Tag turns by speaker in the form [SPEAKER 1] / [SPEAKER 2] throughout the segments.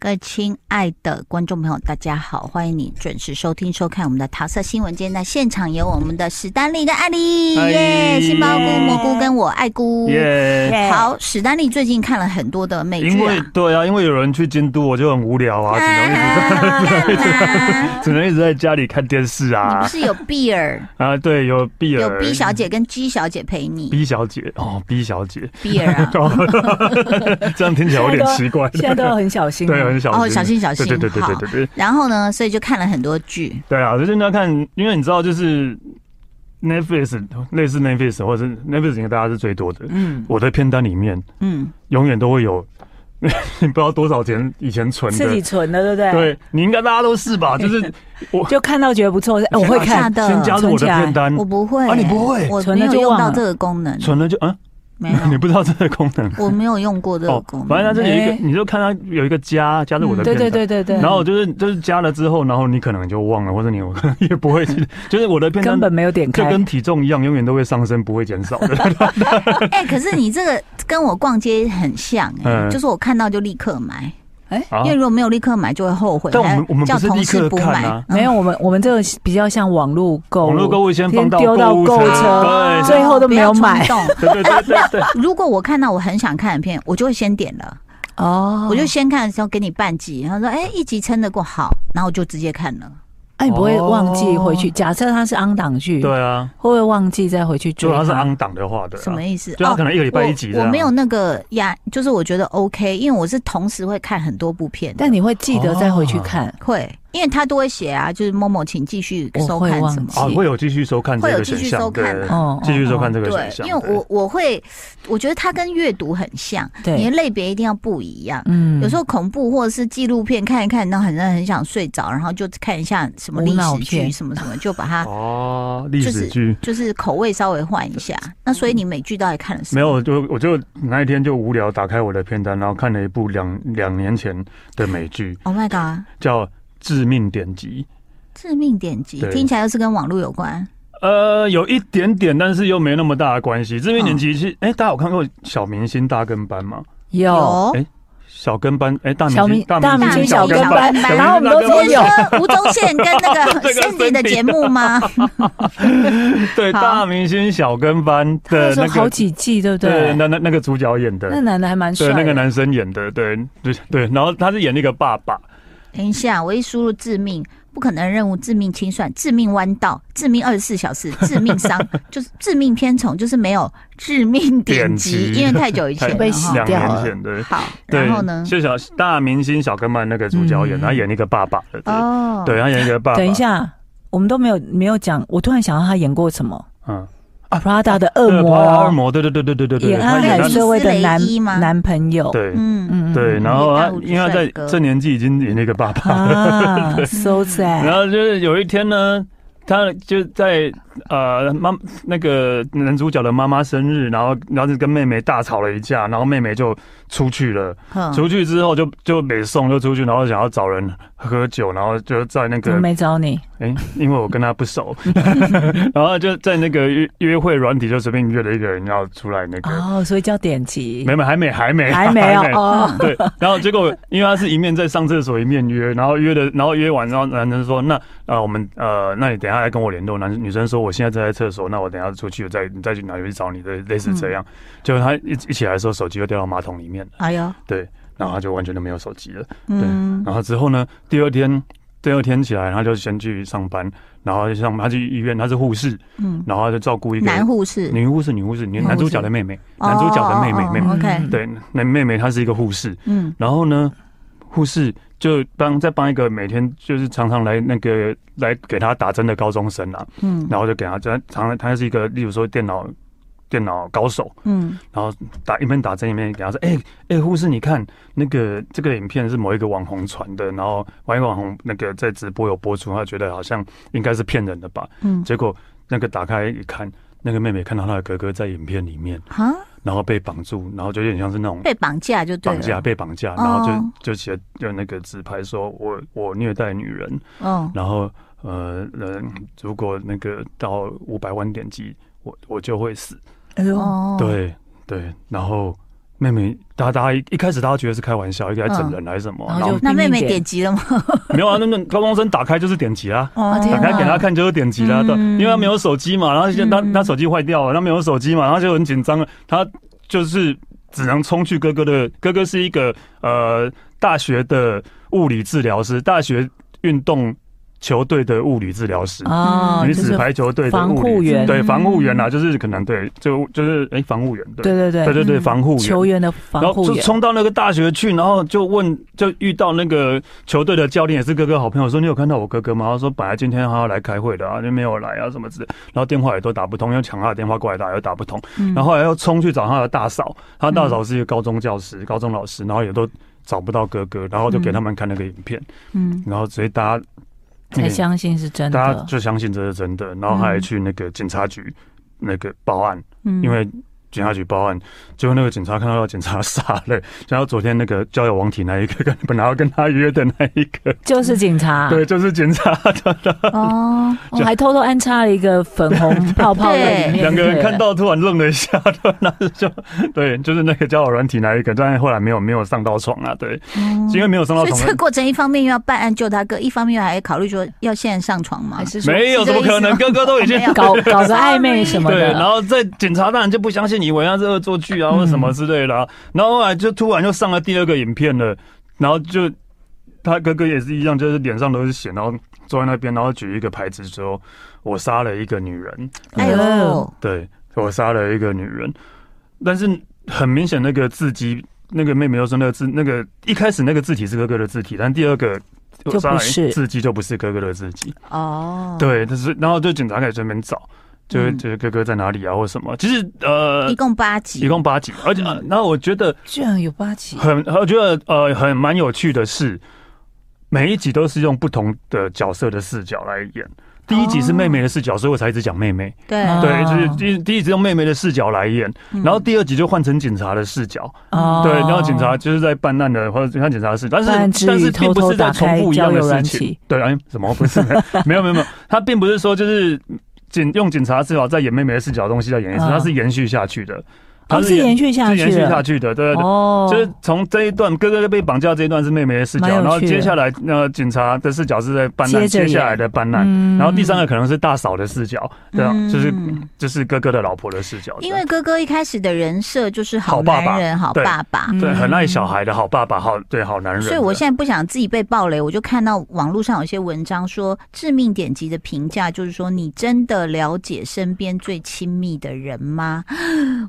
[SPEAKER 1] 各位亲爱的观众朋友，大家好，欢迎你准时收听收看我们的桃色新闻。今天在现场有我们的史丹利跟艾丽，
[SPEAKER 2] 嗨
[SPEAKER 1] 耶，杏鲍菇、蘑菇跟我爱菇。
[SPEAKER 2] 耶！
[SPEAKER 3] 耶
[SPEAKER 1] 好，史丹利最近看了很多的美
[SPEAKER 2] 因
[SPEAKER 1] 剧
[SPEAKER 2] 为
[SPEAKER 1] 啊，
[SPEAKER 2] 对啊，因为有人去京都，我就很无聊啊，只能一直在、
[SPEAKER 1] 干嘛？
[SPEAKER 2] 只能一直在家里看电视
[SPEAKER 1] 你不
[SPEAKER 2] 啊
[SPEAKER 1] 是有 B 尔，
[SPEAKER 2] 啊！对，有 B
[SPEAKER 1] 嗯有
[SPEAKER 2] 尔
[SPEAKER 1] B 小姐跟 G 小姐陪 你
[SPEAKER 2] B 小姐哦，B 小姐，
[SPEAKER 1] ，B 尔啊，
[SPEAKER 2] 这样听起来有点奇怪，
[SPEAKER 3] 现在都要很小心、啊
[SPEAKER 2] 对，很小心，
[SPEAKER 1] 哦，小心小心，
[SPEAKER 2] 对对对对
[SPEAKER 1] 好
[SPEAKER 2] 对。对对
[SPEAKER 1] 然后呢，所以就看了很多剧，
[SPEAKER 2] 对啊！最近在看，因为你知道，就是 Netflix 类似 Netflix 或者是 Netflix 应该大家是最多的，
[SPEAKER 3] 嗯
[SPEAKER 2] 我的片单里面
[SPEAKER 1] 嗯，
[SPEAKER 2] 永远都会有， 你不知道多少钱以前存
[SPEAKER 3] 自己
[SPEAKER 2] 的。
[SPEAKER 3] 存的，对不对？，
[SPEAKER 2] 对你应该大家都是吧？就是
[SPEAKER 3] 就看到觉得不错，哎我会
[SPEAKER 1] 吓
[SPEAKER 3] 看。
[SPEAKER 1] 的，
[SPEAKER 2] 先加入我的片单
[SPEAKER 1] 我，不会
[SPEAKER 2] 啊你不会
[SPEAKER 1] 我
[SPEAKER 3] 存
[SPEAKER 1] 没
[SPEAKER 3] 了
[SPEAKER 1] 有
[SPEAKER 3] 就
[SPEAKER 1] 用
[SPEAKER 3] 忘
[SPEAKER 1] 到
[SPEAKER 3] 了
[SPEAKER 1] 这个功能，
[SPEAKER 2] 存了就嗯，，
[SPEAKER 1] 没有
[SPEAKER 2] 你不知道这个功能
[SPEAKER 1] 我没有用过这个
[SPEAKER 2] 哦
[SPEAKER 1] 功能。。
[SPEAKER 2] 反正它这里有一
[SPEAKER 3] 哎
[SPEAKER 2] 个，你就看它有一个加加入我的
[SPEAKER 1] 嗯
[SPEAKER 2] 片单。
[SPEAKER 3] 对对对对对，
[SPEAKER 2] 然后就是就是加了之后，然后你可能就忘了，或者你也不会去，就是我的片单
[SPEAKER 3] 根本没有点
[SPEAKER 2] 就
[SPEAKER 3] 开，
[SPEAKER 2] 跟体重一样，永远都会上升，不会减少的。
[SPEAKER 1] 哎、可是你这个跟我逛街很像、哎，
[SPEAKER 2] 嗯
[SPEAKER 1] 就是我看到就立刻买，
[SPEAKER 2] 啊
[SPEAKER 1] 因为如果没有立刻买就会后悔。
[SPEAKER 2] 但我们
[SPEAKER 1] 还
[SPEAKER 2] 我们
[SPEAKER 1] 叫
[SPEAKER 2] 不是
[SPEAKER 1] 同
[SPEAKER 2] 立刻
[SPEAKER 1] 事补
[SPEAKER 2] 看
[SPEAKER 1] 买，
[SPEAKER 2] 啊
[SPEAKER 1] 嗯
[SPEAKER 3] 没有，我们我们这个比较像网络购物，
[SPEAKER 2] 网络购物先放到
[SPEAKER 3] 先丢到
[SPEAKER 2] 物
[SPEAKER 3] 购物
[SPEAKER 1] 车
[SPEAKER 2] 对
[SPEAKER 3] 最后都没有
[SPEAKER 1] 嗯不
[SPEAKER 3] 买
[SPEAKER 1] 要冲
[SPEAKER 2] 对对对对对，
[SPEAKER 1] 动如果我看到我很想看的片，我就会先点了，
[SPEAKER 3] 哦，
[SPEAKER 1] 我就先看的时候给你半集，然后说哎、一集撑得过好，然后我就直接看了。
[SPEAKER 3] 哎，你不会忘记回去？假设它是昂档剧，
[SPEAKER 2] 对啊，
[SPEAKER 3] 会不会忘记再回去追
[SPEAKER 2] 如
[SPEAKER 3] 它？
[SPEAKER 2] 果它是昂档的话，对
[SPEAKER 1] 什
[SPEAKER 2] 啊
[SPEAKER 1] 么，意思？哦
[SPEAKER 2] 就它可能一个礼拜一集
[SPEAKER 1] 我
[SPEAKER 2] 这样。
[SPEAKER 1] 我没有那个呀，就是我觉得 OK，因为我是同时会看很多部片的，
[SPEAKER 3] 但你会记得再回去看。
[SPEAKER 2] 哦
[SPEAKER 1] 会，因为他都会写啊，就是某某请继续收看什么
[SPEAKER 3] 我。
[SPEAKER 2] 啊，会有继续收看这
[SPEAKER 1] 会有
[SPEAKER 2] 个
[SPEAKER 1] 继
[SPEAKER 2] 选
[SPEAKER 1] 续收
[SPEAKER 2] 项，
[SPEAKER 1] 看
[SPEAKER 2] 对
[SPEAKER 1] 啊，
[SPEAKER 3] 哦
[SPEAKER 2] 继续收看
[SPEAKER 3] 这
[SPEAKER 2] 这个
[SPEAKER 1] 对
[SPEAKER 2] 选，项。
[SPEAKER 1] 因为
[SPEAKER 2] 对
[SPEAKER 1] 我我会，我觉得它跟阅读很像，
[SPEAKER 3] 对
[SPEAKER 1] 你的类别一定要不一样。
[SPEAKER 3] 嗯
[SPEAKER 1] 有时候恐怖或者是纪录片看一看，那很让人很想睡着，然后就看一下什么历
[SPEAKER 3] 无脑
[SPEAKER 1] 史剧
[SPEAKER 3] 片
[SPEAKER 1] 什么什么，就把
[SPEAKER 3] 啊
[SPEAKER 1] 它
[SPEAKER 2] 哦，历
[SPEAKER 1] 就是
[SPEAKER 2] 史剧。
[SPEAKER 1] 就是口味稍微换一下。那所以你美剧到底看了什
[SPEAKER 2] 嗯没
[SPEAKER 1] 么？
[SPEAKER 2] 有，我就我就那一天就无聊，打开我的片单，然后看了一部两两年前的美剧，
[SPEAKER 1] ？Oh my god！
[SPEAKER 2] 叫《致命典籍
[SPEAKER 1] 致命典籍
[SPEAKER 2] 对
[SPEAKER 1] 听起来又是跟网络有关。》。
[SPEAKER 2] 呃，有一点点，但是又没那么大的关系。《致命典籍》是，
[SPEAKER 3] 嗯
[SPEAKER 2] 哎、大家有看过小明星大跟班吗？
[SPEAKER 3] 有
[SPEAKER 2] 哎小跟班，哎、大
[SPEAKER 3] 小
[SPEAKER 2] 明
[SPEAKER 3] 明
[SPEAKER 2] 星大
[SPEAKER 3] 大
[SPEAKER 2] 明
[SPEAKER 3] 明
[SPEAKER 2] 星
[SPEAKER 3] 星
[SPEAKER 2] 小
[SPEAKER 3] 小
[SPEAKER 2] 跟
[SPEAKER 3] 跟
[SPEAKER 2] 班，
[SPEAKER 3] 班，
[SPEAKER 1] 小跟
[SPEAKER 2] 班
[SPEAKER 3] 然后我们都说
[SPEAKER 1] 你是
[SPEAKER 3] 有，
[SPEAKER 1] 说吴宗宪跟那 个
[SPEAKER 2] 这个
[SPEAKER 1] Cindy 的
[SPEAKER 2] Cindy
[SPEAKER 1] 节目吗？
[SPEAKER 2] 对，
[SPEAKER 1] 好
[SPEAKER 2] 大明星小跟班
[SPEAKER 3] 他
[SPEAKER 2] 的
[SPEAKER 3] 那时
[SPEAKER 2] 那
[SPEAKER 3] 候好
[SPEAKER 2] 个，
[SPEAKER 3] 几季，对不
[SPEAKER 2] 对，
[SPEAKER 3] 对？
[SPEAKER 2] 那那那个主角演
[SPEAKER 3] 那
[SPEAKER 2] 的，
[SPEAKER 3] 男的还蛮帅
[SPEAKER 2] 对，
[SPEAKER 3] 的，
[SPEAKER 2] 那个男生演的，对对对，然后他是演那个爸爸，
[SPEAKER 3] 哦
[SPEAKER 1] 等一下，我一输入“致命”，不可能任务“致命清算”“致命弯道”“致命二十四小 时”“致命伤”，就是“致命偏宠”，就是没有“致命典籍”，
[SPEAKER 2] 典籍
[SPEAKER 1] 因为太久以前了
[SPEAKER 3] 被
[SPEAKER 1] 哈
[SPEAKER 3] 洗
[SPEAKER 2] 两
[SPEAKER 3] 掉
[SPEAKER 2] 年
[SPEAKER 3] 了
[SPEAKER 2] 前对。
[SPEAKER 1] 好，
[SPEAKER 2] 对，
[SPEAKER 1] 然后呢？
[SPEAKER 2] 就小大明星小跟班那个主角演，
[SPEAKER 3] 嗯
[SPEAKER 2] 他演一个爸爸的，对，
[SPEAKER 1] 哦，
[SPEAKER 2] 对，，啊他演一个爸爸。
[SPEAKER 3] 等一，下，我们都没有没有讲，我突然想到他演过什么
[SPEAKER 2] 嗯，
[SPEAKER 3] ？Prada 的恶
[SPEAKER 2] 对，
[SPEAKER 3] 魔，啊
[SPEAKER 2] 他恶魔，对对对对对对对，
[SPEAKER 3] 演安
[SPEAKER 2] 演
[SPEAKER 3] 海
[SPEAKER 2] 他
[SPEAKER 1] 是
[SPEAKER 3] 瑟薇的男
[SPEAKER 1] 斯雷伊吗
[SPEAKER 3] 男朋友，
[SPEAKER 2] 对
[SPEAKER 1] 嗯，
[SPEAKER 3] 嗯，嗯
[SPEAKER 2] 对，然后他因为他在
[SPEAKER 1] 一个五十岁的哥
[SPEAKER 2] 这年纪已经演那个爸 爸，
[SPEAKER 3] 啊，so
[SPEAKER 2] 然
[SPEAKER 3] sad，
[SPEAKER 2] 后就是有一天呢。他就在呃妈那个男主角的妈妈生日，然后然后就跟妹妹大吵了一架，然后妹妹就出去了。
[SPEAKER 1] 哼，
[SPEAKER 2] 出去之后就就北送就出去，然后想要找人喝酒，然后就在那
[SPEAKER 3] 怎
[SPEAKER 2] 个
[SPEAKER 3] 么没找你？
[SPEAKER 2] 哎、因为我跟他不熟， 然后就在那个约约会软体就随便约了一个人要出来那个，
[SPEAKER 3] 哦，所以叫典籍，
[SPEAKER 2] 没没还没还没
[SPEAKER 3] 还没有哦，
[SPEAKER 2] 对，然后结果因为他是一面在上厕所一面约，然后约的，然后约完，然后男生说那呃我们呃那你等一下来跟我联络，男女生说我现在正在厕所，那我等一下出去我再你再去哪里去找你的类似这
[SPEAKER 3] 嗯
[SPEAKER 2] 样，结果他一一起来的时候手机又掉到马桶里面了，
[SPEAKER 1] 哎呦，
[SPEAKER 2] 对，然后他就完全都没有手机了。
[SPEAKER 1] 嗯，
[SPEAKER 2] 然后之后呢，第二天第二天起来，他就先去上班，然后就上他去医院，他是护士，
[SPEAKER 1] 嗯，
[SPEAKER 2] 然后他就照顾一个
[SPEAKER 1] 男护士，
[SPEAKER 2] 女护士，女护士，
[SPEAKER 1] 护士哦
[SPEAKER 2] 男主角的妹妹，男主角的妹妹，妹妹，
[SPEAKER 1] o k
[SPEAKER 2] 对，那妹妹她是一个护士，
[SPEAKER 1] 嗯
[SPEAKER 2] 然后呢，护士就帮在帮一个每天就是常常来那个来给他打针的高中生啊，
[SPEAKER 1] 嗯
[SPEAKER 2] 然后就给他，他常他是一个，例如说电脑电脑高手，
[SPEAKER 1] 嗯
[SPEAKER 2] 打一边打针一边给他说：“哎、哎，护、士，你看那个这个影片是某一个网红传的，然后某一个网红那个在直播有播出，他觉得好像应该是骗人的吧？
[SPEAKER 1] 嗯，
[SPEAKER 2] 结果那个打开一看，那个妹妹看到她的哥哥在影片里面，
[SPEAKER 1] 啊，
[SPEAKER 2] 然后被绑住，然后就有点像是那种
[SPEAKER 1] 被绑架就对
[SPEAKER 2] 绑架
[SPEAKER 1] 了，
[SPEAKER 2] 被绑架，
[SPEAKER 1] 哦
[SPEAKER 2] 然后就就写就那个自拍说我我虐待女人，
[SPEAKER 1] 哦，
[SPEAKER 2] 然后呃呃，如果那个到五百万点击，我我就会死。”
[SPEAKER 3] 哎呦，
[SPEAKER 1] 哦，，
[SPEAKER 2] 对对，然后妹妹，大家大家一一开始大家觉得是开玩笑，应该整人还是什么，
[SPEAKER 3] 嗯
[SPEAKER 2] 然后
[SPEAKER 3] 然后
[SPEAKER 1] 那妹妹点击了吗？
[SPEAKER 2] 没有啊，那那高中生打开就是点击啊。
[SPEAKER 3] 哦
[SPEAKER 1] 天
[SPEAKER 2] 打
[SPEAKER 1] 哪
[SPEAKER 2] 开给他看就是点击啦、对，
[SPEAKER 1] 嗯
[SPEAKER 2] 因为他没有手机嘛，然后现在他
[SPEAKER 1] 嗯
[SPEAKER 2] 他手机坏掉了，他没有手机嘛，然后就很紧张了，啊他就是只能冲去哥哥的，哥哥是一个呃大学的物理治疗师，大学运动球队的物理治疗师，
[SPEAKER 3] 哦，
[SPEAKER 2] 嗯女
[SPEAKER 3] 就
[SPEAKER 2] 子
[SPEAKER 3] 是
[SPEAKER 2] 排球队的
[SPEAKER 3] 防
[SPEAKER 2] 物
[SPEAKER 3] 护
[SPEAKER 2] 理，
[SPEAKER 3] 员，
[SPEAKER 2] 对防护员
[SPEAKER 1] 嗯
[SPEAKER 2] 啊，就是可能对，就就是哎、防护员对。
[SPEAKER 3] 对
[SPEAKER 2] 对
[SPEAKER 3] 对对，
[SPEAKER 2] 对对，
[SPEAKER 1] 嗯
[SPEAKER 2] 防护员
[SPEAKER 3] 球员的
[SPEAKER 2] 然
[SPEAKER 3] 防
[SPEAKER 2] 后
[SPEAKER 3] 护
[SPEAKER 2] 就
[SPEAKER 3] 员，
[SPEAKER 2] 冲到那个大学去，然后就问，就遇到那个球队的教练，也是哥哥好朋友，说你有看到我哥哥吗？他说本来今天他要来开会的啊，就没有来啊什么之类，然后电话也都打不通，又抢他的电话过来打，又打不通，
[SPEAKER 1] 嗯
[SPEAKER 2] 然后后来又冲去找他的大嫂，他大嫂是一个高中教师、高中老师，然后也都找不到哥哥，然后就给他们看那个影片，
[SPEAKER 1] 嗯
[SPEAKER 2] 然后所以大家
[SPEAKER 3] 才相信是真
[SPEAKER 2] 大家
[SPEAKER 3] 的。
[SPEAKER 2] 就相信这是真的，然后还去那个警察局那个报案。
[SPEAKER 1] 嗯
[SPEAKER 2] 因为警察局报案，结果那个警察看到警察傻了， 然后昨天那个交友网体那一个，跟本来要跟他约的那一个，
[SPEAKER 3] 就是警
[SPEAKER 1] 啊
[SPEAKER 3] 察，
[SPEAKER 2] 对，就是警察，
[SPEAKER 1] 哦，
[SPEAKER 3] 我还偷偷安插了一个粉红 泡泡在里面。
[SPEAKER 2] 两个人
[SPEAKER 3] 对
[SPEAKER 2] 看，到突然愣了一下， 对，然后就对，就是那个交友软体那一个，但是后来没有没有上到床啊，对，
[SPEAKER 1] 哦
[SPEAKER 2] 是因为没有上到
[SPEAKER 1] 嗯所以
[SPEAKER 2] 床
[SPEAKER 1] 这，个过程一方面又要办案救他哥，一方面还要考虑说要现在上床吗
[SPEAKER 3] 还？是说
[SPEAKER 2] 没有
[SPEAKER 1] 是这
[SPEAKER 2] 怎
[SPEAKER 1] 个
[SPEAKER 2] 么可
[SPEAKER 1] 意
[SPEAKER 2] 能，
[SPEAKER 1] 思吗
[SPEAKER 2] 哥哥都已经
[SPEAKER 1] 没有
[SPEAKER 3] 搞搞个暧昧什么
[SPEAKER 2] 对，然
[SPEAKER 3] 的，
[SPEAKER 2] 后在警察当然就不相信，以为他是恶作剧啊
[SPEAKER 3] 嗯
[SPEAKER 2] 或什么之类的、啊，然后后来就突然又上了第二个影片了，然后就他哥哥也是一样，就是脸上都是血，然后坐在那边，然后举一个牌子说：“我杀了一个女人。
[SPEAKER 1] 哎
[SPEAKER 3] 嗯
[SPEAKER 1] 呦，
[SPEAKER 2] 对”我杀了一个女人，但是很明显那个字迹，那个妹妹又说那个字，那个一开始那个字体是哥哥的字体，但第二个。
[SPEAKER 3] 就不
[SPEAKER 2] 我杀了
[SPEAKER 3] 是
[SPEAKER 2] 字迹就不是哥哥的字迹，
[SPEAKER 1] 哦，，
[SPEAKER 2] 对，但是然后就警察开始专门找，就是
[SPEAKER 1] 嗯
[SPEAKER 2] 就是哥哥在哪里啊，或什么。其实呃
[SPEAKER 1] 一，共嗯八集，
[SPEAKER 2] 一共八集，而且、呃、然后我觉得
[SPEAKER 3] 居然有八集，
[SPEAKER 2] 很，我觉得呃很蛮有趣的是，每一集都是用不同的角色的视角来演。第一集是妹妹的视
[SPEAKER 1] 哦
[SPEAKER 2] 角，所以我才一直讲妹妹。
[SPEAKER 1] 对，
[SPEAKER 3] 哦
[SPEAKER 2] 对，就是第第一集用妹妹的视角来演，
[SPEAKER 1] 嗯
[SPEAKER 2] 然后第二集就换成警察的视角。
[SPEAKER 3] 哦
[SPEAKER 2] 对，然后警察就是在办案的，或者看警察的事，但是
[SPEAKER 3] 办案之余
[SPEAKER 2] 但是并不是在重复一样的
[SPEAKER 3] 偷偷打开交友
[SPEAKER 2] 事
[SPEAKER 3] 软
[SPEAKER 2] 情
[SPEAKER 3] 体。
[SPEAKER 2] 对，哎，什么不是？没有 没有没有，他并不是说就是警用警察的视角在演妹妹的视角的东西在演一次，
[SPEAKER 3] 嗯
[SPEAKER 2] 他是延续下去的。
[SPEAKER 3] 哦
[SPEAKER 2] 他
[SPEAKER 3] 是延续下
[SPEAKER 2] 是
[SPEAKER 3] 去
[SPEAKER 2] 延续
[SPEAKER 3] 了
[SPEAKER 2] 下去的，对对对。
[SPEAKER 3] 哦，
[SPEAKER 2] 就是
[SPEAKER 1] 嗯
[SPEAKER 2] 从这一段哥哥被绑架这一段是妹妹的视角，
[SPEAKER 3] 蛮有趣
[SPEAKER 2] 然
[SPEAKER 3] 的
[SPEAKER 2] 后接下来呃警察的视角是在办案，
[SPEAKER 3] 接着
[SPEAKER 2] 接
[SPEAKER 3] 演
[SPEAKER 2] 下来的办案，
[SPEAKER 3] 嗯
[SPEAKER 2] 然后第三个可能是大嫂的视角，对啊，
[SPEAKER 1] 嗯
[SPEAKER 2] 就是就是哥哥的老婆的视角，
[SPEAKER 1] 因为哥哥一开始的人设就是好
[SPEAKER 2] 好爸爸
[SPEAKER 1] 男人、好
[SPEAKER 2] 对
[SPEAKER 1] 爸爸，
[SPEAKER 2] 对
[SPEAKER 3] 嗯
[SPEAKER 2] 很爱小孩的好爸爸，好对好男人的。
[SPEAKER 1] 所以我现在不想自己被暴雷，我就看到网络上有些文章说，致命点击的评价就是说，你真的了解身边最亲密的人吗？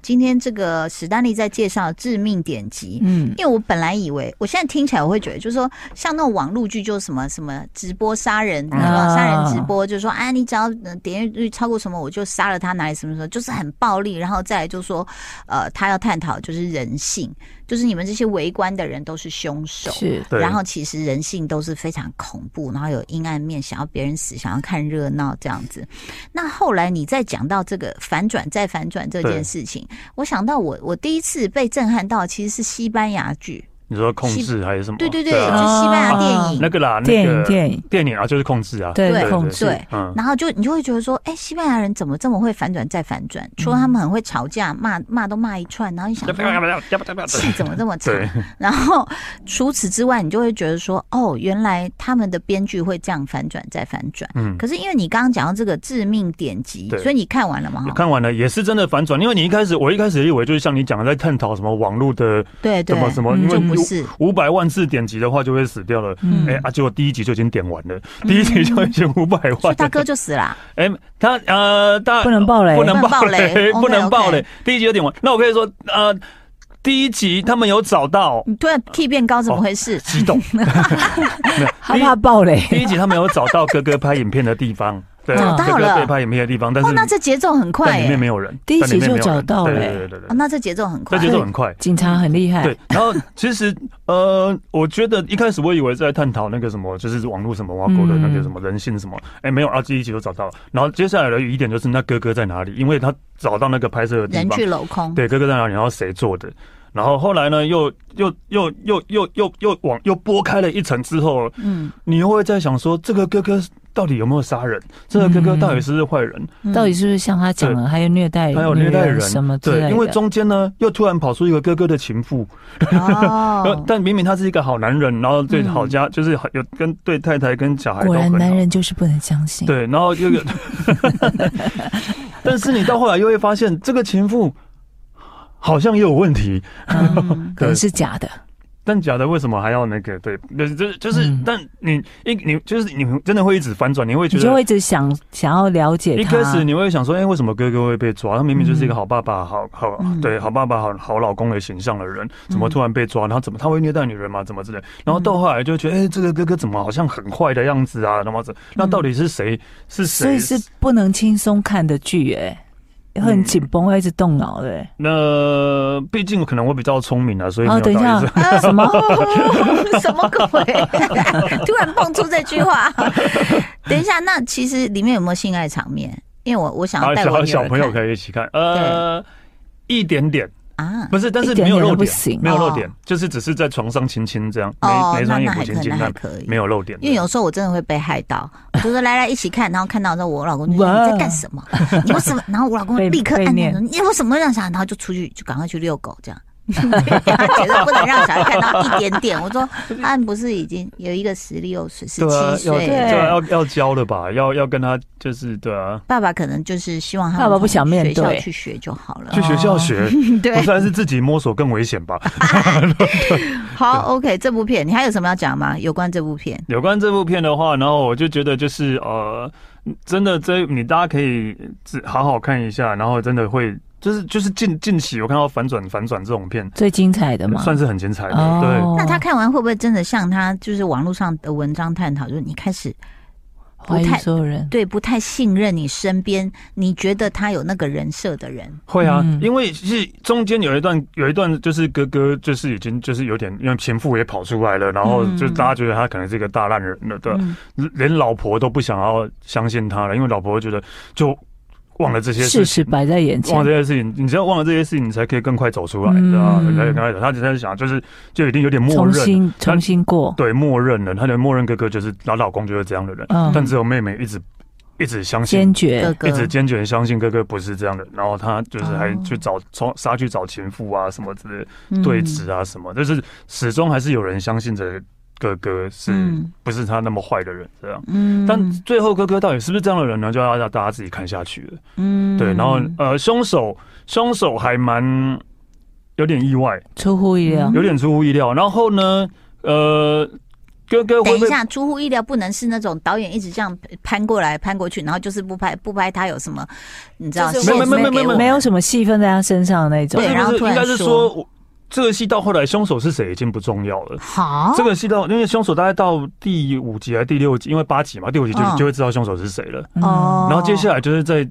[SPEAKER 1] 今天这个史丹利在介绍致命点击。
[SPEAKER 3] 嗯，
[SPEAKER 1] 因为我本来以为，我现在听起来我会觉得，就是说，像那种网络剧，就是什么什么直播杀人，
[SPEAKER 2] 嗯
[SPEAKER 1] 然后杀人直播，就是说，啊，你只要呃点阅率超过什么，我就杀了他，哪里什么什么，就是很暴力。然后再来就说，呃，他要探讨就是人性，就是你们这些围观的人都是凶手，
[SPEAKER 3] 是
[SPEAKER 2] 对
[SPEAKER 1] 然后其实人性都是非常恐怖，然后有阴暗面，想要别人死，想要看热闹这样子。那后来你再讲到这个反转再反转这件
[SPEAKER 2] 对
[SPEAKER 1] 事情，我想到我我第一次被震撼到其实是西班牙剧，
[SPEAKER 2] 你说控制还是什么？
[SPEAKER 1] 对对对，
[SPEAKER 2] 啊
[SPEAKER 1] 就西班牙电影。
[SPEAKER 2] 那个啦，
[SPEAKER 3] 电
[SPEAKER 2] 那
[SPEAKER 3] 影
[SPEAKER 2] 个
[SPEAKER 3] 电影，
[SPEAKER 2] 电影啊，就是控制啊，
[SPEAKER 1] 对
[SPEAKER 3] 对控制，
[SPEAKER 1] 对
[SPEAKER 2] 嗯，
[SPEAKER 1] 然后就你就会觉得说，哎、西班牙人怎么这么会反转再反
[SPEAKER 2] 嗯
[SPEAKER 1] 转？除了他们很会吵架，骂骂都骂一串，然后你 想说哎气怎么这么长？
[SPEAKER 2] 对，
[SPEAKER 1] 然后除此之外，你就会觉得说，哦，原来他们的编剧会这样反转再反转。
[SPEAKER 2] 嗯。
[SPEAKER 1] 可是因为你刚刚讲到这个致命点击，
[SPEAKER 2] 对
[SPEAKER 1] 所以你看完了嘛？哈，
[SPEAKER 2] 看完了也是真的反转，因为你一开始我一开始以为就是像你讲的在探讨什么网络的
[SPEAKER 1] 对对
[SPEAKER 2] 怎么，什么，
[SPEAKER 3] 嗯
[SPEAKER 2] 因
[SPEAKER 1] 就不
[SPEAKER 2] 为
[SPEAKER 1] 是是
[SPEAKER 2] 五百万次点击的话就会死掉了。
[SPEAKER 3] 嗯
[SPEAKER 2] 哎、啊，结果第一集就已经点完了，第一集就已经五百
[SPEAKER 1] 所
[SPEAKER 2] 万
[SPEAKER 1] 以
[SPEAKER 2] 了。
[SPEAKER 1] 大哥就死啊啦。
[SPEAKER 2] 哎、他呃，大
[SPEAKER 3] 不能爆雷
[SPEAKER 2] 不 能爆
[SPEAKER 1] 不能爆雷
[SPEAKER 2] 雷， 不能爆
[SPEAKER 1] OK，OK
[SPEAKER 2] 雷。第一集有点晚，那我可以说，呃，第一集他们有找到
[SPEAKER 1] 你突 然 K 变高，怎么
[SPEAKER 2] 哦
[SPEAKER 1] 回事？
[SPEAKER 2] 激动，没有
[SPEAKER 3] 害怕爆雷。
[SPEAKER 2] 第一集他们有找到哥哥拍影片的地方，对，
[SPEAKER 3] 找
[SPEAKER 1] 到
[SPEAKER 2] 哥
[SPEAKER 1] 了
[SPEAKER 2] 哥被拍影片的地方，但是
[SPEAKER 1] 哦，那这节奏很快
[SPEAKER 2] 但里
[SPEAKER 1] 耶
[SPEAKER 2] 面！没有人，
[SPEAKER 3] 第一集
[SPEAKER 2] 但里面没有人
[SPEAKER 3] 就找到了
[SPEAKER 2] 对对对对对
[SPEAKER 1] 哦，那这节奏很快
[SPEAKER 2] 这。节奏很快。
[SPEAKER 3] 警察很厉害，
[SPEAKER 2] 对，然后其实呃，我觉得一开始我以为在探讨那个什么，就是网络什么挖沟的那个什么人性什么，哎、没有，啊，第一集都找到了。然后接下来的疑点就是那哥哥在哪里？因为他找到那个拍摄的地
[SPEAKER 1] 人
[SPEAKER 2] 方，
[SPEAKER 1] 去楼空，
[SPEAKER 2] 对，哥哥在哪里？然后谁做的？然后后来呢，又又又又又又又往又拨开了一层之后，
[SPEAKER 1] 嗯，
[SPEAKER 2] 你又会在想说，这个哥哥到底有没有杀人？这个哥哥到底是不是坏人？
[SPEAKER 1] 嗯
[SPEAKER 3] 到底是不是像他讲的，还有虐待嗯人、
[SPEAKER 2] 还有虐待人
[SPEAKER 3] 什么之类
[SPEAKER 2] 对，
[SPEAKER 3] 的？
[SPEAKER 2] 因为中间呢，又突然跑出一个哥哥的情妇，呃
[SPEAKER 1] 哦，
[SPEAKER 2] 但明明他是一个好男人，然后对
[SPEAKER 1] 嗯
[SPEAKER 2] 好家、就是有跟对太太跟小孩都
[SPEAKER 3] 果然
[SPEAKER 2] 很
[SPEAKER 3] 男
[SPEAKER 2] 好。
[SPEAKER 3] 人就是不能相信。
[SPEAKER 2] 对，然后又 有，但是你到后来又会发现，这个情妇好像也有问题，
[SPEAKER 3] 嗯，
[SPEAKER 1] 嗯
[SPEAKER 3] 可能是假的。
[SPEAKER 2] 但假的为什么还要那个？对，就是就是就是，
[SPEAKER 3] 嗯
[SPEAKER 2] 但你一你就是你真的会一直反转，你会觉
[SPEAKER 3] 你就
[SPEAKER 2] 得
[SPEAKER 3] 会一直想想要了解
[SPEAKER 2] 一
[SPEAKER 3] 他。
[SPEAKER 2] 开始你会想说，哎、为什么哥哥会被抓？他明明就是一个好爸爸、好好
[SPEAKER 1] 嗯
[SPEAKER 2] 对好爸爸、好好老公的形象的人，怎么突然被抓？
[SPEAKER 1] 嗯
[SPEAKER 2] 然后怎么他会虐待女人吗？怎么之类？然后到后来就觉得，哎、这个哥哥怎么好像很坏的样子啊？那么
[SPEAKER 1] 嗯
[SPEAKER 2] 子，那到底是谁？是
[SPEAKER 3] 所
[SPEAKER 2] 谁？嗯
[SPEAKER 3] 以是不能轻松看的剧、哎，很紧绷，会一直动脑的、哎
[SPEAKER 2] 那毕竟可能我比较聪明啊，所以没
[SPEAKER 3] 哦，
[SPEAKER 2] 有到
[SPEAKER 3] 等一下
[SPEAKER 2] 一直。，
[SPEAKER 3] 什么？
[SPEAKER 1] 呃 什么鬼？ 突然蹦出这句话。等一下，那其实里面有没有性爱场面？因为我我想要
[SPEAKER 2] 啊，
[SPEAKER 1] 带
[SPEAKER 2] 小
[SPEAKER 1] 我女儿
[SPEAKER 2] 小朋友
[SPEAKER 1] 看
[SPEAKER 2] 可以一起看，呃，一点点，
[SPEAKER 1] 啊。
[SPEAKER 2] 不是，但是
[SPEAKER 3] 一点
[SPEAKER 2] 没有
[SPEAKER 3] 点都
[SPEAKER 2] 露
[SPEAKER 3] 不
[SPEAKER 2] 点，
[SPEAKER 3] 行
[SPEAKER 2] 没有露
[SPEAKER 1] 哦
[SPEAKER 2] 点，就是只是在床上亲亲这样，
[SPEAKER 1] 哦
[SPEAKER 2] 没，没
[SPEAKER 1] 那
[SPEAKER 2] 穿衣
[SPEAKER 1] 那
[SPEAKER 2] 服
[SPEAKER 1] 还
[SPEAKER 2] 亲
[SPEAKER 1] 可
[SPEAKER 2] 亲，
[SPEAKER 1] 那还
[SPEAKER 2] 但
[SPEAKER 1] 可以，
[SPEAKER 2] 没有露点，
[SPEAKER 1] 因为有时候我真的会被害到，我就说来来一起看，然后看到之后，我老公就说
[SPEAKER 3] 哇
[SPEAKER 1] 你在干什么？你为什么？然后我老公
[SPEAKER 3] 被
[SPEAKER 1] 立刻
[SPEAKER 3] 被
[SPEAKER 1] 按
[SPEAKER 3] 念
[SPEAKER 1] 钮，你为什么会让小孩？然后就出去，就赶快去遛狗这样。 他觉得不能让小孩看到一点点。我 说，他们不是已经有一个十六岁、十
[SPEAKER 2] 对啊
[SPEAKER 1] 七，
[SPEAKER 2] 要
[SPEAKER 1] 岁
[SPEAKER 2] 对
[SPEAKER 1] 了，
[SPEAKER 2] 啊，要要教的吧，要要跟他就是对啊，
[SPEAKER 1] 爸爸可能就是希望他们
[SPEAKER 3] 爸爸不想面对
[SPEAKER 1] 从学校去学就好了
[SPEAKER 2] 去。学校学，
[SPEAKER 1] 对
[SPEAKER 2] 不，是还是自己摸索更危险吧？
[SPEAKER 1] 好，OK，这部片你还有什么要讲吗？有关这部片，
[SPEAKER 2] 有关这部片的话，然后我就觉得就是呃，真的这你大家可以自好好看一下，然后真的会就是就是近近期我看到反转反转这种片，
[SPEAKER 3] 最精彩的嘛，
[SPEAKER 2] 算是很精彩的，
[SPEAKER 3] 哦，
[SPEAKER 1] 那他看完会不会真的像他就是网络上的文章探讨，就是你开始
[SPEAKER 3] 怀疑
[SPEAKER 1] 不太
[SPEAKER 3] 所有人，
[SPEAKER 1] 对不太信任你身边你觉得他有那个人设的人？
[SPEAKER 2] 对，会啊，
[SPEAKER 3] 嗯
[SPEAKER 2] 因为是中间有一段有一段就是哥哥就是已经就是有点因为情妇也跑出来了，然后就
[SPEAKER 1] 嗯
[SPEAKER 2] 大家觉得他可能是一个大烂人了，对吧，
[SPEAKER 1] 嗯
[SPEAKER 2] 连老婆都不想要相信他了，因为老婆会觉得就忘了这些
[SPEAKER 3] 事
[SPEAKER 2] 事
[SPEAKER 3] 实
[SPEAKER 2] 情。
[SPEAKER 3] 摆在眼前
[SPEAKER 2] 忘了，这些事情，你只要忘了这些事情，你才可以更快走出来，啊
[SPEAKER 3] 嗯
[SPEAKER 2] 对吧？才刚开始，他只在想，就是就已经有点默
[SPEAKER 3] 重
[SPEAKER 2] 认，
[SPEAKER 3] 新重新过，
[SPEAKER 2] 对，默认了，他的默认哥哥就是，然后老公就是这样的人，
[SPEAKER 3] 嗯，
[SPEAKER 2] 但只有妹妹一直一直相信
[SPEAKER 3] 坚
[SPEAKER 1] 哥
[SPEAKER 3] 决，
[SPEAKER 1] 哥
[SPEAKER 2] 一直坚决相信哥哥不是这样的，然后他就是还
[SPEAKER 1] 哦嗯
[SPEAKER 2] 去找从杀去找情妇啊什么之类的对
[SPEAKER 1] 峙
[SPEAKER 2] 峙啊什么，就是始终还是有人相信着哥哥是
[SPEAKER 1] 嗯
[SPEAKER 2] 不是他那么坏的人这样。
[SPEAKER 1] 嗯
[SPEAKER 2] 但最后哥哥到底是不是这样的人呢？就要让大家自己看下去了。
[SPEAKER 1] 嗯
[SPEAKER 2] 对，然后呃，凶手凶手还蛮有点意外，
[SPEAKER 3] 出乎意料
[SPEAKER 1] 嗯，
[SPEAKER 2] 有点出乎意料。然后呢，呃，哥哥
[SPEAKER 1] 等
[SPEAKER 2] 会
[SPEAKER 1] 一
[SPEAKER 2] 被
[SPEAKER 1] 下，出乎意料，不能是那种导演一直这样攀过来攀过去，然后就是不拍不拍他有什么，你知道？
[SPEAKER 3] 就是
[SPEAKER 1] 线
[SPEAKER 2] 没有
[SPEAKER 1] 索
[SPEAKER 2] 没有
[SPEAKER 1] 给
[SPEAKER 2] 没有啊
[SPEAKER 1] 我
[SPEAKER 3] 没有什么戏份在他身上的那
[SPEAKER 2] 不，
[SPEAKER 3] 种
[SPEAKER 2] 是
[SPEAKER 1] 对然后
[SPEAKER 2] 不是
[SPEAKER 1] 突然
[SPEAKER 2] 应该是
[SPEAKER 1] 说
[SPEAKER 2] 说我这个戏到后来凶手是谁已经不重要了。
[SPEAKER 1] 好，
[SPEAKER 3] 哦
[SPEAKER 2] 这个戏到，因为凶手大概到第五集还是第六集，因为八集嘛，第五集就、
[SPEAKER 1] 嗯
[SPEAKER 2] 就会知道凶手是谁了。
[SPEAKER 3] 嗯
[SPEAKER 1] 哦，
[SPEAKER 2] 然后接下来就是在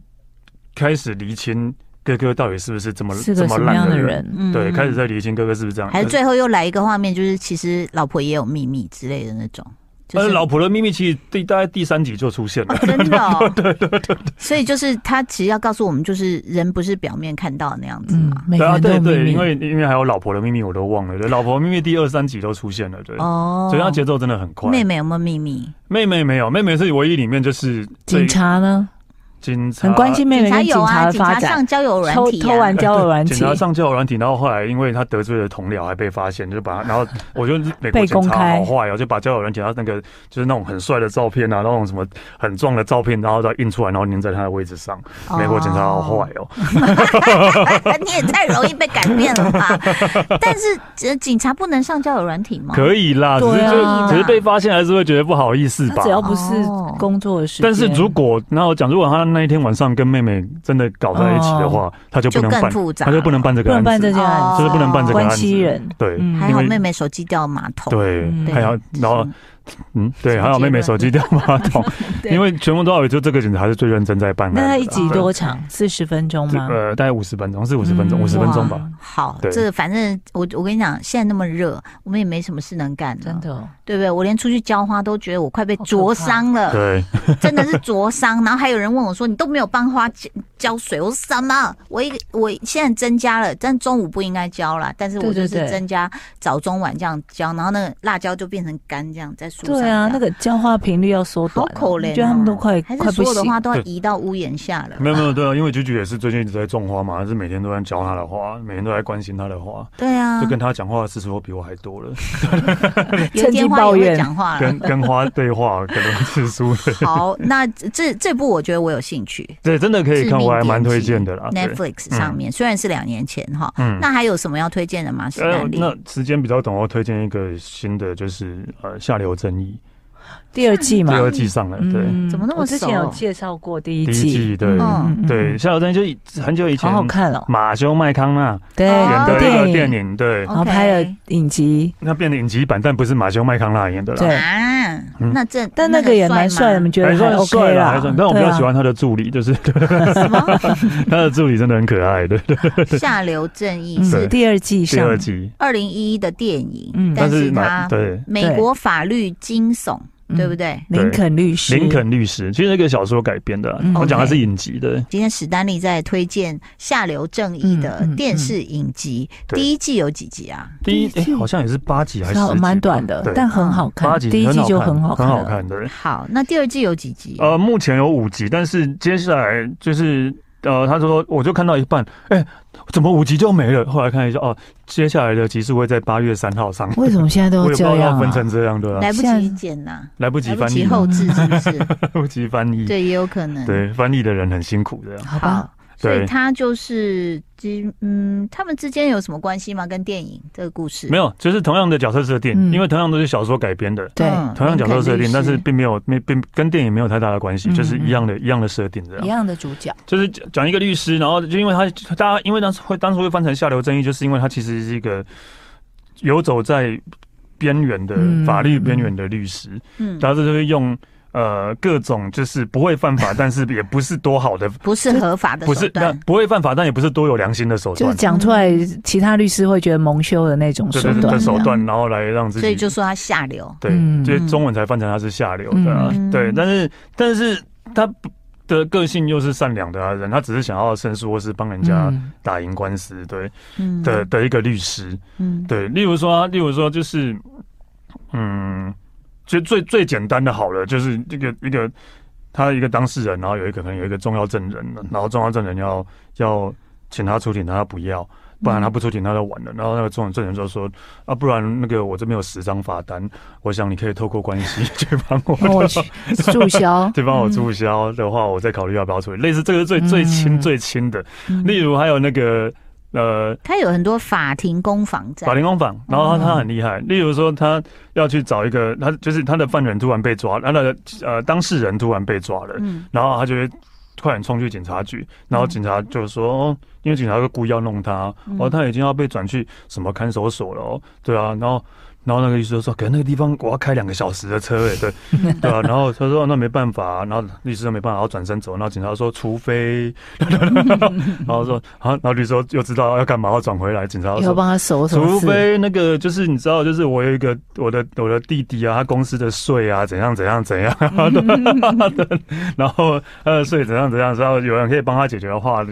[SPEAKER 2] 开始厘清哥哥到底是不是这么
[SPEAKER 3] 是
[SPEAKER 2] 这
[SPEAKER 3] 个什么
[SPEAKER 2] 烂
[SPEAKER 3] 样的
[SPEAKER 2] 人，
[SPEAKER 3] 人？
[SPEAKER 1] 嗯
[SPEAKER 2] 对，开始在厘清哥哥是不是这样。
[SPEAKER 1] 还是最后又来一个画面，就是其实老婆也有秘密之类的那种，就
[SPEAKER 2] 呃，
[SPEAKER 1] 是、
[SPEAKER 2] 老婆的秘密其实第大概第三集就出现了
[SPEAKER 1] 哦。真的、 哦，对对对所以就是他其实要告诉我们，就是人不是表面看到的那样子
[SPEAKER 3] 嗯
[SPEAKER 1] 嘛。，
[SPEAKER 3] 每个
[SPEAKER 2] 对啊，
[SPEAKER 3] 人都
[SPEAKER 2] 对对，
[SPEAKER 3] 有秘密哦
[SPEAKER 2] 因为因为还有老婆的秘密我都忘了，对，老婆秘密第二三集都出现了，对，
[SPEAKER 1] 哦，
[SPEAKER 2] 所以他节奏真的很快。
[SPEAKER 1] 妹妹有没有秘密？
[SPEAKER 2] 妹妹没有，妹妹是唯一里面就是最
[SPEAKER 3] 警察呢？
[SPEAKER 2] 警察
[SPEAKER 3] 很关心妹
[SPEAKER 1] 警
[SPEAKER 3] 妹
[SPEAKER 1] 察
[SPEAKER 3] 跟警
[SPEAKER 1] 有啊，
[SPEAKER 3] 察的
[SPEAKER 1] 警
[SPEAKER 3] 发
[SPEAKER 1] 察
[SPEAKER 3] 展，
[SPEAKER 1] 上交友软
[SPEAKER 3] 偷
[SPEAKER 1] 体、啊，
[SPEAKER 3] 偷玩交友软
[SPEAKER 2] 警
[SPEAKER 3] 体，
[SPEAKER 2] 察上交友软体，然后后来因为他得罪了同僚，还被发现，就把他，然后我觉得美国
[SPEAKER 3] 被
[SPEAKER 2] 警
[SPEAKER 3] 公
[SPEAKER 2] 察
[SPEAKER 3] 开
[SPEAKER 2] 好坏哦，就把交友软体他那个就是那种很帅的照片啊，那种什么很壮的照片，然后再印出来，然后粘在他的位置上。美国警察好坏哦，
[SPEAKER 1] 你也太容易被改变了 吧？但是呃警察不能上交友软体吗？
[SPEAKER 2] 可以啦，只是
[SPEAKER 3] 哦对
[SPEAKER 2] 就
[SPEAKER 3] 啊
[SPEAKER 2] 只是被发现还是会觉得不好意思
[SPEAKER 3] 他
[SPEAKER 2] 吧
[SPEAKER 3] 只。要不是
[SPEAKER 1] 哦
[SPEAKER 3] 工作的时间，
[SPEAKER 2] 但是如果那我讲，如果他那一天晚上跟妹妹真的搞在一起的
[SPEAKER 3] 哦
[SPEAKER 2] 话，他就不
[SPEAKER 1] 就
[SPEAKER 2] 能
[SPEAKER 1] 更
[SPEAKER 2] 办
[SPEAKER 1] 复，杂
[SPEAKER 2] 他就不能办这
[SPEAKER 3] 不
[SPEAKER 2] 个
[SPEAKER 3] 能
[SPEAKER 2] 案
[SPEAKER 3] 办这
[SPEAKER 2] 子，
[SPEAKER 3] 件案
[SPEAKER 1] 哦
[SPEAKER 3] 子，
[SPEAKER 2] 就是不能办这个案
[SPEAKER 3] 关
[SPEAKER 2] 子。
[SPEAKER 3] 系人，
[SPEAKER 2] 对，
[SPEAKER 3] 嗯
[SPEAKER 1] 还
[SPEAKER 2] 因
[SPEAKER 1] 好
[SPEAKER 2] 为
[SPEAKER 1] 妹妹手机掉马桶。
[SPEAKER 2] 对
[SPEAKER 3] 嗯，
[SPEAKER 2] 还有然后嗯，对，还好妹妹手机掉马桶，
[SPEAKER 3] 对
[SPEAKER 2] 因为全部都有，就这个警察是最认真在办案的。
[SPEAKER 3] 那他一集多长？四十分钟
[SPEAKER 2] 这
[SPEAKER 3] 吗？
[SPEAKER 2] 呃，大概五十分钟，是五十分钟，
[SPEAKER 3] 嗯
[SPEAKER 2] 五十分钟吧。
[SPEAKER 3] 哇
[SPEAKER 1] 好，
[SPEAKER 2] 对
[SPEAKER 1] 这反正我我跟你讲，现在那么热，我们也没什么事能干了
[SPEAKER 3] 真，的哦，
[SPEAKER 1] 对不对？我连出去浇花都觉得我快被
[SPEAKER 3] 好可怕
[SPEAKER 1] 灼伤了，
[SPEAKER 2] 对，
[SPEAKER 1] 真的是灼伤。然后还有人问我说：“你都没有帮花浇浇水？”我说：“什么？我一个我现在增加了，但中午不应该浇啦。但是我
[SPEAKER 3] 对
[SPEAKER 1] 就
[SPEAKER 3] 对
[SPEAKER 1] 是
[SPEAKER 3] 对
[SPEAKER 1] 增加早中晚这样浇，然后那个辣椒就变成干这样在树上。”
[SPEAKER 3] 对啊，那。个交话频率要缩
[SPEAKER 1] 好
[SPEAKER 3] 短，啊
[SPEAKER 1] 可怜、哦，
[SPEAKER 3] 觉得他们都快
[SPEAKER 1] 还
[SPEAKER 3] 快
[SPEAKER 1] 是所
[SPEAKER 3] 不
[SPEAKER 1] 有的
[SPEAKER 3] 行。
[SPEAKER 1] 花都要移到屋檐下了。
[SPEAKER 2] 没有没有对啊，因为菊菊也是最近一直在种花嘛，是每天都在教她的花，每天都在关心她的花，
[SPEAKER 1] 对
[SPEAKER 3] 嗯
[SPEAKER 1] 啊
[SPEAKER 2] 就，跟她讲话的次数比我还多了，
[SPEAKER 1] 有一天花也会讲
[SPEAKER 3] 嗯
[SPEAKER 1] 话了
[SPEAKER 2] 跟。 跟花对话可能次 数。
[SPEAKER 1] 好，那这这部我觉得我有兴趣，
[SPEAKER 2] 对，真的可以看，我还蛮推荐的啦。对，
[SPEAKER 1] Netflix 上面，虽然是两年前哈，
[SPEAKER 2] 嗯呃
[SPEAKER 1] 那还有什么要推荐的吗？史丹利，
[SPEAKER 2] 那时间比较短，我推荐一个新的，就是呃《下流正义
[SPEAKER 3] 第二季》嘛
[SPEAKER 2] 第，二季上了，对。
[SPEAKER 3] 嗯
[SPEAKER 1] 怎么那么
[SPEAKER 3] 我之前
[SPEAKER 1] 熟
[SPEAKER 3] 有介绍过第一，
[SPEAKER 2] 第一季对
[SPEAKER 1] 嗯
[SPEAKER 2] 对，《下流正义》就很久以前
[SPEAKER 3] 好好看哦，
[SPEAKER 2] 马修麦康纳
[SPEAKER 3] 对，
[SPEAKER 1] 哦
[SPEAKER 2] 演
[SPEAKER 1] 原
[SPEAKER 2] 的
[SPEAKER 1] 本
[SPEAKER 2] 一个电
[SPEAKER 3] 影，
[SPEAKER 2] 影，对，
[SPEAKER 3] 然后拍了影集，
[SPEAKER 2] 那变得影集版，但不是马修麦康纳演的啦。
[SPEAKER 3] 对嗯
[SPEAKER 1] 啊，那这
[SPEAKER 3] 但那个也蛮帅 的，你们觉
[SPEAKER 2] 哎还
[SPEAKER 3] 得
[SPEAKER 2] 算帅
[SPEAKER 3] OK
[SPEAKER 2] 啦，还
[SPEAKER 3] 啦
[SPEAKER 2] 算，？但我比
[SPEAKER 3] 对
[SPEAKER 2] 较
[SPEAKER 3] 啊
[SPEAKER 2] 喜欢他的助理，就是
[SPEAKER 1] 什么
[SPEAKER 2] 他的助理真的很可爱，对对。
[SPEAKER 1] 下流正义
[SPEAKER 3] 嗯
[SPEAKER 1] 是
[SPEAKER 2] 对
[SPEAKER 3] 第二季
[SPEAKER 2] 第
[SPEAKER 3] 上
[SPEAKER 2] 二，集，
[SPEAKER 1] 二零一一的电影，
[SPEAKER 3] 嗯
[SPEAKER 1] 但是
[SPEAKER 2] 蛮
[SPEAKER 1] 它
[SPEAKER 2] 对
[SPEAKER 1] 美国法律惊悚，
[SPEAKER 3] 嗯
[SPEAKER 1] 对不？对？
[SPEAKER 3] 林肯律师，
[SPEAKER 2] 林肯律师，其实那个小说改编的啦啊
[SPEAKER 3] 嗯，
[SPEAKER 2] 我讲它
[SPEAKER 1] OK
[SPEAKER 2] 是影集的，
[SPEAKER 1] 今天史丹利在推荐《下流正义》的
[SPEAKER 3] 嗯嗯
[SPEAKER 1] 电视影集，
[SPEAKER 2] 对
[SPEAKER 1] 第一季有几集啊？
[SPEAKER 2] 第一
[SPEAKER 3] 第一季
[SPEAKER 2] 哎好像也是八集还
[SPEAKER 3] 是
[SPEAKER 2] 是十
[SPEAKER 3] 好
[SPEAKER 2] 集
[SPEAKER 3] 蛮短的
[SPEAKER 2] 对，
[SPEAKER 3] 但很好
[SPEAKER 2] 八
[SPEAKER 3] 看。
[SPEAKER 2] 集
[SPEAKER 3] 第一季就
[SPEAKER 2] 很
[SPEAKER 3] 很好看，
[SPEAKER 2] 很好。看的。
[SPEAKER 1] 好，那第二季有几集？
[SPEAKER 2] 呃，目前有五集，但是接下来就是呃，他说我就看到一半，哎、怎么五集就没了？后来看一下，哦，接下来的集数会在八月三号上，
[SPEAKER 3] 为什么现在
[SPEAKER 2] 我
[SPEAKER 3] 都
[SPEAKER 2] 也不知道
[SPEAKER 3] 哦这样
[SPEAKER 2] 要
[SPEAKER 3] 啊？
[SPEAKER 2] 分成这样，对吧、
[SPEAKER 1] 来不及
[SPEAKER 3] 现在
[SPEAKER 1] 剪呐，
[SPEAKER 2] 来不
[SPEAKER 1] 来
[SPEAKER 2] 及
[SPEAKER 1] 不
[SPEAKER 2] 呃翻
[SPEAKER 1] 及
[SPEAKER 2] 译，
[SPEAKER 1] 后置是不是？
[SPEAKER 2] 来不及翻译，
[SPEAKER 1] 对，也有可能。，
[SPEAKER 2] 对，翻译的人很辛苦的。
[SPEAKER 3] 好吧，
[SPEAKER 1] 所以
[SPEAKER 2] 对
[SPEAKER 1] 他就是，其嗯，他们之间有什么关系吗？跟电影这个故事
[SPEAKER 2] 没有，就是同样的角色设定，
[SPEAKER 3] 嗯
[SPEAKER 2] 因为同样都是小说改编的，
[SPEAKER 3] 对，
[SPEAKER 1] 嗯
[SPEAKER 2] 同样角色设定，
[SPEAKER 3] 林肯律师
[SPEAKER 2] 但是并没有没并跟电影没有太大的关系，
[SPEAKER 3] 嗯
[SPEAKER 2] 就是一样的一样的设定这样
[SPEAKER 3] 一。样的主角，
[SPEAKER 2] 就是讲讲一个律师，然后就因为他大家因为当时会当初会翻成下流正义，就是因为他其实是一个游走在边缘的
[SPEAKER 3] 嗯
[SPEAKER 2] 法律边缘的律师，
[SPEAKER 1] 嗯，
[SPEAKER 2] 然后这就会用呃各种就是不会犯法，但是也不是多好的，
[SPEAKER 1] 不是合法的
[SPEAKER 2] 不
[SPEAKER 1] 手
[SPEAKER 2] 是那
[SPEAKER 1] 段。
[SPEAKER 2] 不会犯法，但也不是多有良心的手
[SPEAKER 3] 就是
[SPEAKER 2] 段，
[SPEAKER 3] 讲出来，其他律师会觉得蒙羞的那种
[SPEAKER 2] 对
[SPEAKER 3] 手
[SPEAKER 2] 对对
[SPEAKER 3] 段
[SPEAKER 2] 的
[SPEAKER 1] 嗯。
[SPEAKER 2] 手段，然后来让自己
[SPEAKER 1] 所以就说他下流，
[SPEAKER 2] 对，
[SPEAKER 3] 嗯
[SPEAKER 2] 就是中文才翻成他是下流的、啊，
[SPEAKER 1] 嗯
[SPEAKER 2] 对，但是但是他的个性又是善良的啊人，他只是想要申诉或是帮人家
[SPEAKER 3] 嗯
[SPEAKER 2] 打赢官司，对
[SPEAKER 1] 嗯，
[SPEAKER 2] 的，的一个律师，
[SPEAKER 1] 嗯，
[SPEAKER 2] 对，例如说啊，例如说就是，嗯，就最最简单的好了，就是一个一个他一个当事人，然后有一个可能有一个重要证人，然后重要证人要要请他出庭，他不要，不然他不出庭他就完了。然后那个重要证人就说啊，不然那个我这边有十张罚单，我想你可以透过关系 去帮我，
[SPEAKER 3] 帮我去注销
[SPEAKER 2] 对帮我注销的话，我再考虑要不要处理。类似这个是最最轻
[SPEAKER 3] 嗯
[SPEAKER 2] 最轻的，
[SPEAKER 1] 嗯
[SPEAKER 2] 例如还有那个呃。
[SPEAKER 1] 他有很多法庭攻防战
[SPEAKER 2] 法，庭工坊，然后他他很厉害。例如说，他要去找一个，他就是他的犯人突然被抓，他的呃当事人突然被抓了，
[SPEAKER 1] 嗯，
[SPEAKER 2] 然后他就会快点冲去警察局，然后警察就说，哦，因为警察就故意要弄他，哦，他已经要被转去什么看守所了、哦，对啊，然后。然后那个律师就说：“可能那个地方我要开两个小时的车，哎，对，对啊。”然后他说：“那没办法、然后律师就没办法，然后转身走。然后警察说：“除非……然后说：“好。”然后律师说又知道要干嘛，要转回来。警察就
[SPEAKER 3] 以
[SPEAKER 2] 说
[SPEAKER 3] 后：“帮他守什
[SPEAKER 2] 除
[SPEAKER 3] 么事？
[SPEAKER 2] 非那个就是你知道，就是我有一个我的我的弟弟啊，他公司的税啊，怎样怎样怎 样， 然后然后他的税怎样怎样，然后有人可以帮他解决的话，就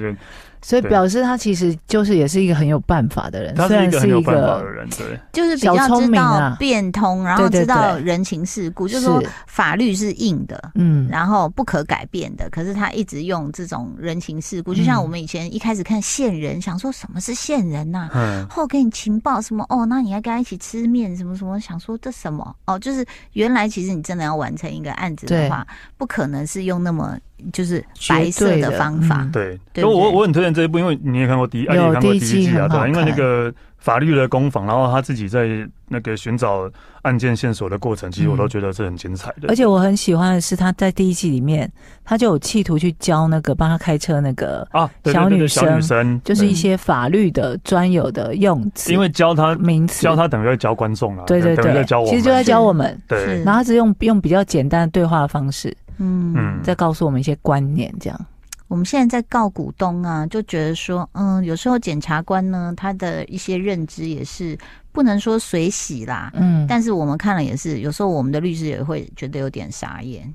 [SPEAKER 4] 所以
[SPEAKER 2] 对
[SPEAKER 4] 表示他其实就是也是一个很有办法的人，
[SPEAKER 2] 他
[SPEAKER 4] 虽
[SPEAKER 2] 是一
[SPEAKER 4] 然
[SPEAKER 2] 个
[SPEAKER 4] 是
[SPEAKER 2] 很有
[SPEAKER 4] 一
[SPEAKER 2] 办法的
[SPEAKER 4] 个
[SPEAKER 2] 人，对，
[SPEAKER 1] 就是比
[SPEAKER 4] 小
[SPEAKER 1] 较
[SPEAKER 4] 聪
[SPEAKER 1] 知
[SPEAKER 4] 明
[SPEAKER 1] 道
[SPEAKER 4] 啊
[SPEAKER 1] 变通，然后
[SPEAKER 4] 对对
[SPEAKER 1] 知道
[SPEAKER 4] 对
[SPEAKER 1] 人情世故，就是说法律是硬的。
[SPEAKER 4] 嗯，
[SPEAKER 1] 然后不可改变的，可是他一直用这种人情世故，就像
[SPEAKER 4] 嗯
[SPEAKER 1] 我们以前一开始看线人，想说什么是线人啊呐、
[SPEAKER 2] 嗯，
[SPEAKER 1] 后给你情报什么哦，那你要跟他一起吃面什么什么，想说这什么哦，就是原来其实你真的要完成一个案子的
[SPEAKER 4] 对
[SPEAKER 1] 话，不可能是用那么就是
[SPEAKER 4] 绝
[SPEAKER 1] 白色
[SPEAKER 4] 对
[SPEAKER 1] 的
[SPEAKER 4] 的
[SPEAKER 1] 方法
[SPEAKER 4] 嗯，
[SPEAKER 2] 对，
[SPEAKER 1] 对
[SPEAKER 2] 所以
[SPEAKER 1] 不
[SPEAKER 2] 我
[SPEAKER 1] 对
[SPEAKER 2] 我很推荐这一部，因为你也看过第一，啊、你也
[SPEAKER 4] 有
[SPEAKER 2] 看过
[SPEAKER 4] 第
[SPEAKER 2] 第
[SPEAKER 4] 一
[SPEAKER 2] 一
[SPEAKER 4] 季
[SPEAKER 2] 季啊，
[SPEAKER 4] 很
[SPEAKER 2] 对
[SPEAKER 4] 好
[SPEAKER 2] 啊，因为那
[SPEAKER 4] 看
[SPEAKER 2] 个法律的攻防，然后他自己在那个寻找案件线索的过程，其实我都
[SPEAKER 4] 嗯
[SPEAKER 2] 觉得是很精彩的。
[SPEAKER 3] 而且我很喜欢的是，他在第一季里面，他就有企图去教那个帮他开车那个，
[SPEAKER 2] 啊，对
[SPEAKER 3] 小
[SPEAKER 2] 对对
[SPEAKER 3] 女
[SPEAKER 2] 对，小女
[SPEAKER 3] 生
[SPEAKER 2] 生，
[SPEAKER 3] 就是一些法律的专有的用词、
[SPEAKER 2] 因为教他
[SPEAKER 3] 名词，
[SPEAKER 2] 教他等于在教观众了，啊
[SPEAKER 3] 对对
[SPEAKER 2] 等于在
[SPEAKER 3] 对
[SPEAKER 2] 教，我
[SPEAKER 3] 其
[SPEAKER 2] 们，
[SPEAKER 3] 实就在教我们。
[SPEAKER 2] 对
[SPEAKER 1] 是
[SPEAKER 3] 然后他只用用比较简单的对话的方式，
[SPEAKER 1] 嗯
[SPEAKER 2] 嗯
[SPEAKER 3] 在告诉我们一些观念，这样。
[SPEAKER 1] 我们现在在告股东啊，就觉得说，嗯，有时候检察官呢，他的一些认知也是不能说随喜啦，
[SPEAKER 3] 嗯，
[SPEAKER 1] 但是我们看了也是，有时候我们的律师也会觉得有点傻眼，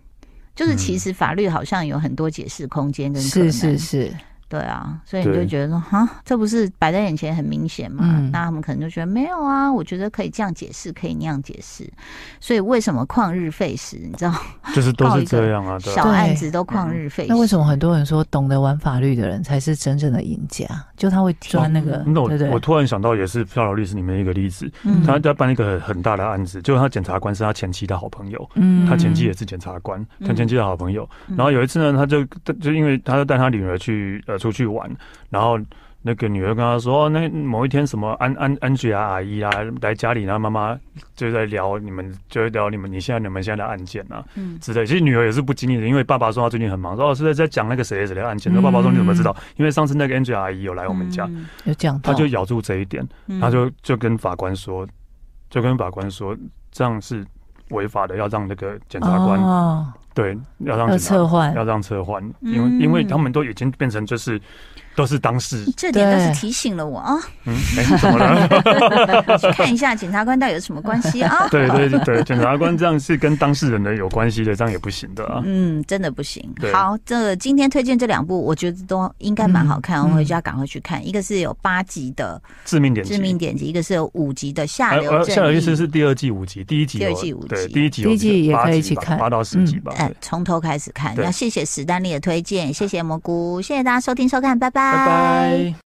[SPEAKER 1] 就是其实法律好像有很多解释空间跟可能，
[SPEAKER 3] 嗯是是是，
[SPEAKER 1] 对啊，所以你就
[SPEAKER 2] 对
[SPEAKER 1] 觉得说，哈，这不是摆在眼前很明显嘛？
[SPEAKER 3] 嗯
[SPEAKER 1] 那他们可能就觉得没有啊，我觉得可以这样解释，可以那样解释，所以为什么旷日费时？你知道，
[SPEAKER 2] 就是都
[SPEAKER 1] 告一
[SPEAKER 2] 是
[SPEAKER 1] 个
[SPEAKER 2] 这样啊，对
[SPEAKER 1] 小
[SPEAKER 2] 啊，
[SPEAKER 1] 案子都旷日费时，
[SPEAKER 3] 那为什么很多人说懂得玩法律的人才是真正的赢家？就他会钻那个，
[SPEAKER 2] 嗯那我
[SPEAKER 3] 对不
[SPEAKER 2] 我
[SPEAKER 3] 对？
[SPEAKER 2] 突然想到，也是《漂流律师》里面一个例子，
[SPEAKER 1] 嗯
[SPEAKER 2] 他在办一个很很大的案子，就是他检察官是他前妻的好朋友，
[SPEAKER 3] 嗯
[SPEAKER 2] 他前妻也是检察官，
[SPEAKER 1] 嗯
[SPEAKER 2] 他前妻的好朋友。然后有一次呢，他就就因为他就带他女儿去呃出去玩，然后那个女儿跟他说，哦那某一天什么安安安吉拉阿姨啊来家里，然后妈妈就在聊你们，就在聊你们你现在你们现在的案件啊
[SPEAKER 1] 嗯
[SPEAKER 2] 之类。其实女儿也是不经意的，因为爸爸说他最近很忙，说哦是在在讲那个谁谁谁的案件，说爸爸说你怎么知道？因为上次那个安吉拉阿姨有来我们家，
[SPEAKER 1] 嗯
[SPEAKER 3] 有讲
[SPEAKER 2] 他
[SPEAKER 3] 到，
[SPEAKER 2] 就咬住这一点。
[SPEAKER 1] 嗯
[SPEAKER 2] 他就就跟法官说，就跟法官说，这样是违法的，要让那个检察官、
[SPEAKER 3] 哦，
[SPEAKER 2] 对，要让
[SPEAKER 3] 要
[SPEAKER 2] 检察
[SPEAKER 3] 撤换，
[SPEAKER 2] 要让撤换，
[SPEAKER 1] 嗯
[SPEAKER 2] 因为、因为他们都已经变成就是都是当事，
[SPEAKER 1] 这点倒是
[SPEAKER 3] 对
[SPEAKER 1] 提醒了我啊，
[SPEAKER 2] 嗯，哎、怎么了？？
[SPEAKER 1] 去看一下检察官到底有什么关系啊
[SPEAKER 2] 对对对，检察官这样是跟当事人的有关系的，这样也不行的啊。
[SPEAKER 1] 嗯，真的不行。
[SPEAKER 2] 对
[SPEAKER 1] 好，这今天推荐这两部，我觉得都应该蛮好看，
[SPEAKER 3] 嗯
[SPEAKER 1] 我回家赶快去看。一个是有八集的
[SPEAKER 2] 致命点
[SPEAKER 1] 《
[SPEAKER 2] 击，
[SPEAKER 1] 致命典籍》，一个是有五集的《下
[SPEAKER 2] 哎。
[SPEAKER 1] 流
[SPEAKER 2] 呃，夏
[SPEAKER 1] 正
[SPEAKER 2] 尔
[SPEAKER 1] 义
[SPEAKER 2] 律师》。是第二季五集，第一集有
[SPEAKER 1] 第二季五集
[SPEAKER 2] 对，第一集有
[SPEAKER 3] 第一季也
[SPEAKER 2] 八
[SPEAKER 3] 可以
[SPEAKER 2] 集
[SPEAKER 3] 一起
[SPEAKER 2] 吧
[SPEAKER 3] 看
[SPEAKER 2] 八到十集吧。
[SPEAKER 1] 哎
[SPEAKER 2] 对，
[SPEAKER 1] 从头开始看。嗯
[SPEAKER 2] 对
[SPEAKER 1] 那谢谢史丹利的推荐，谢谢蘑菇，谢谢大家收听收看，拜拜
[SPEAKER 2] 拜拜。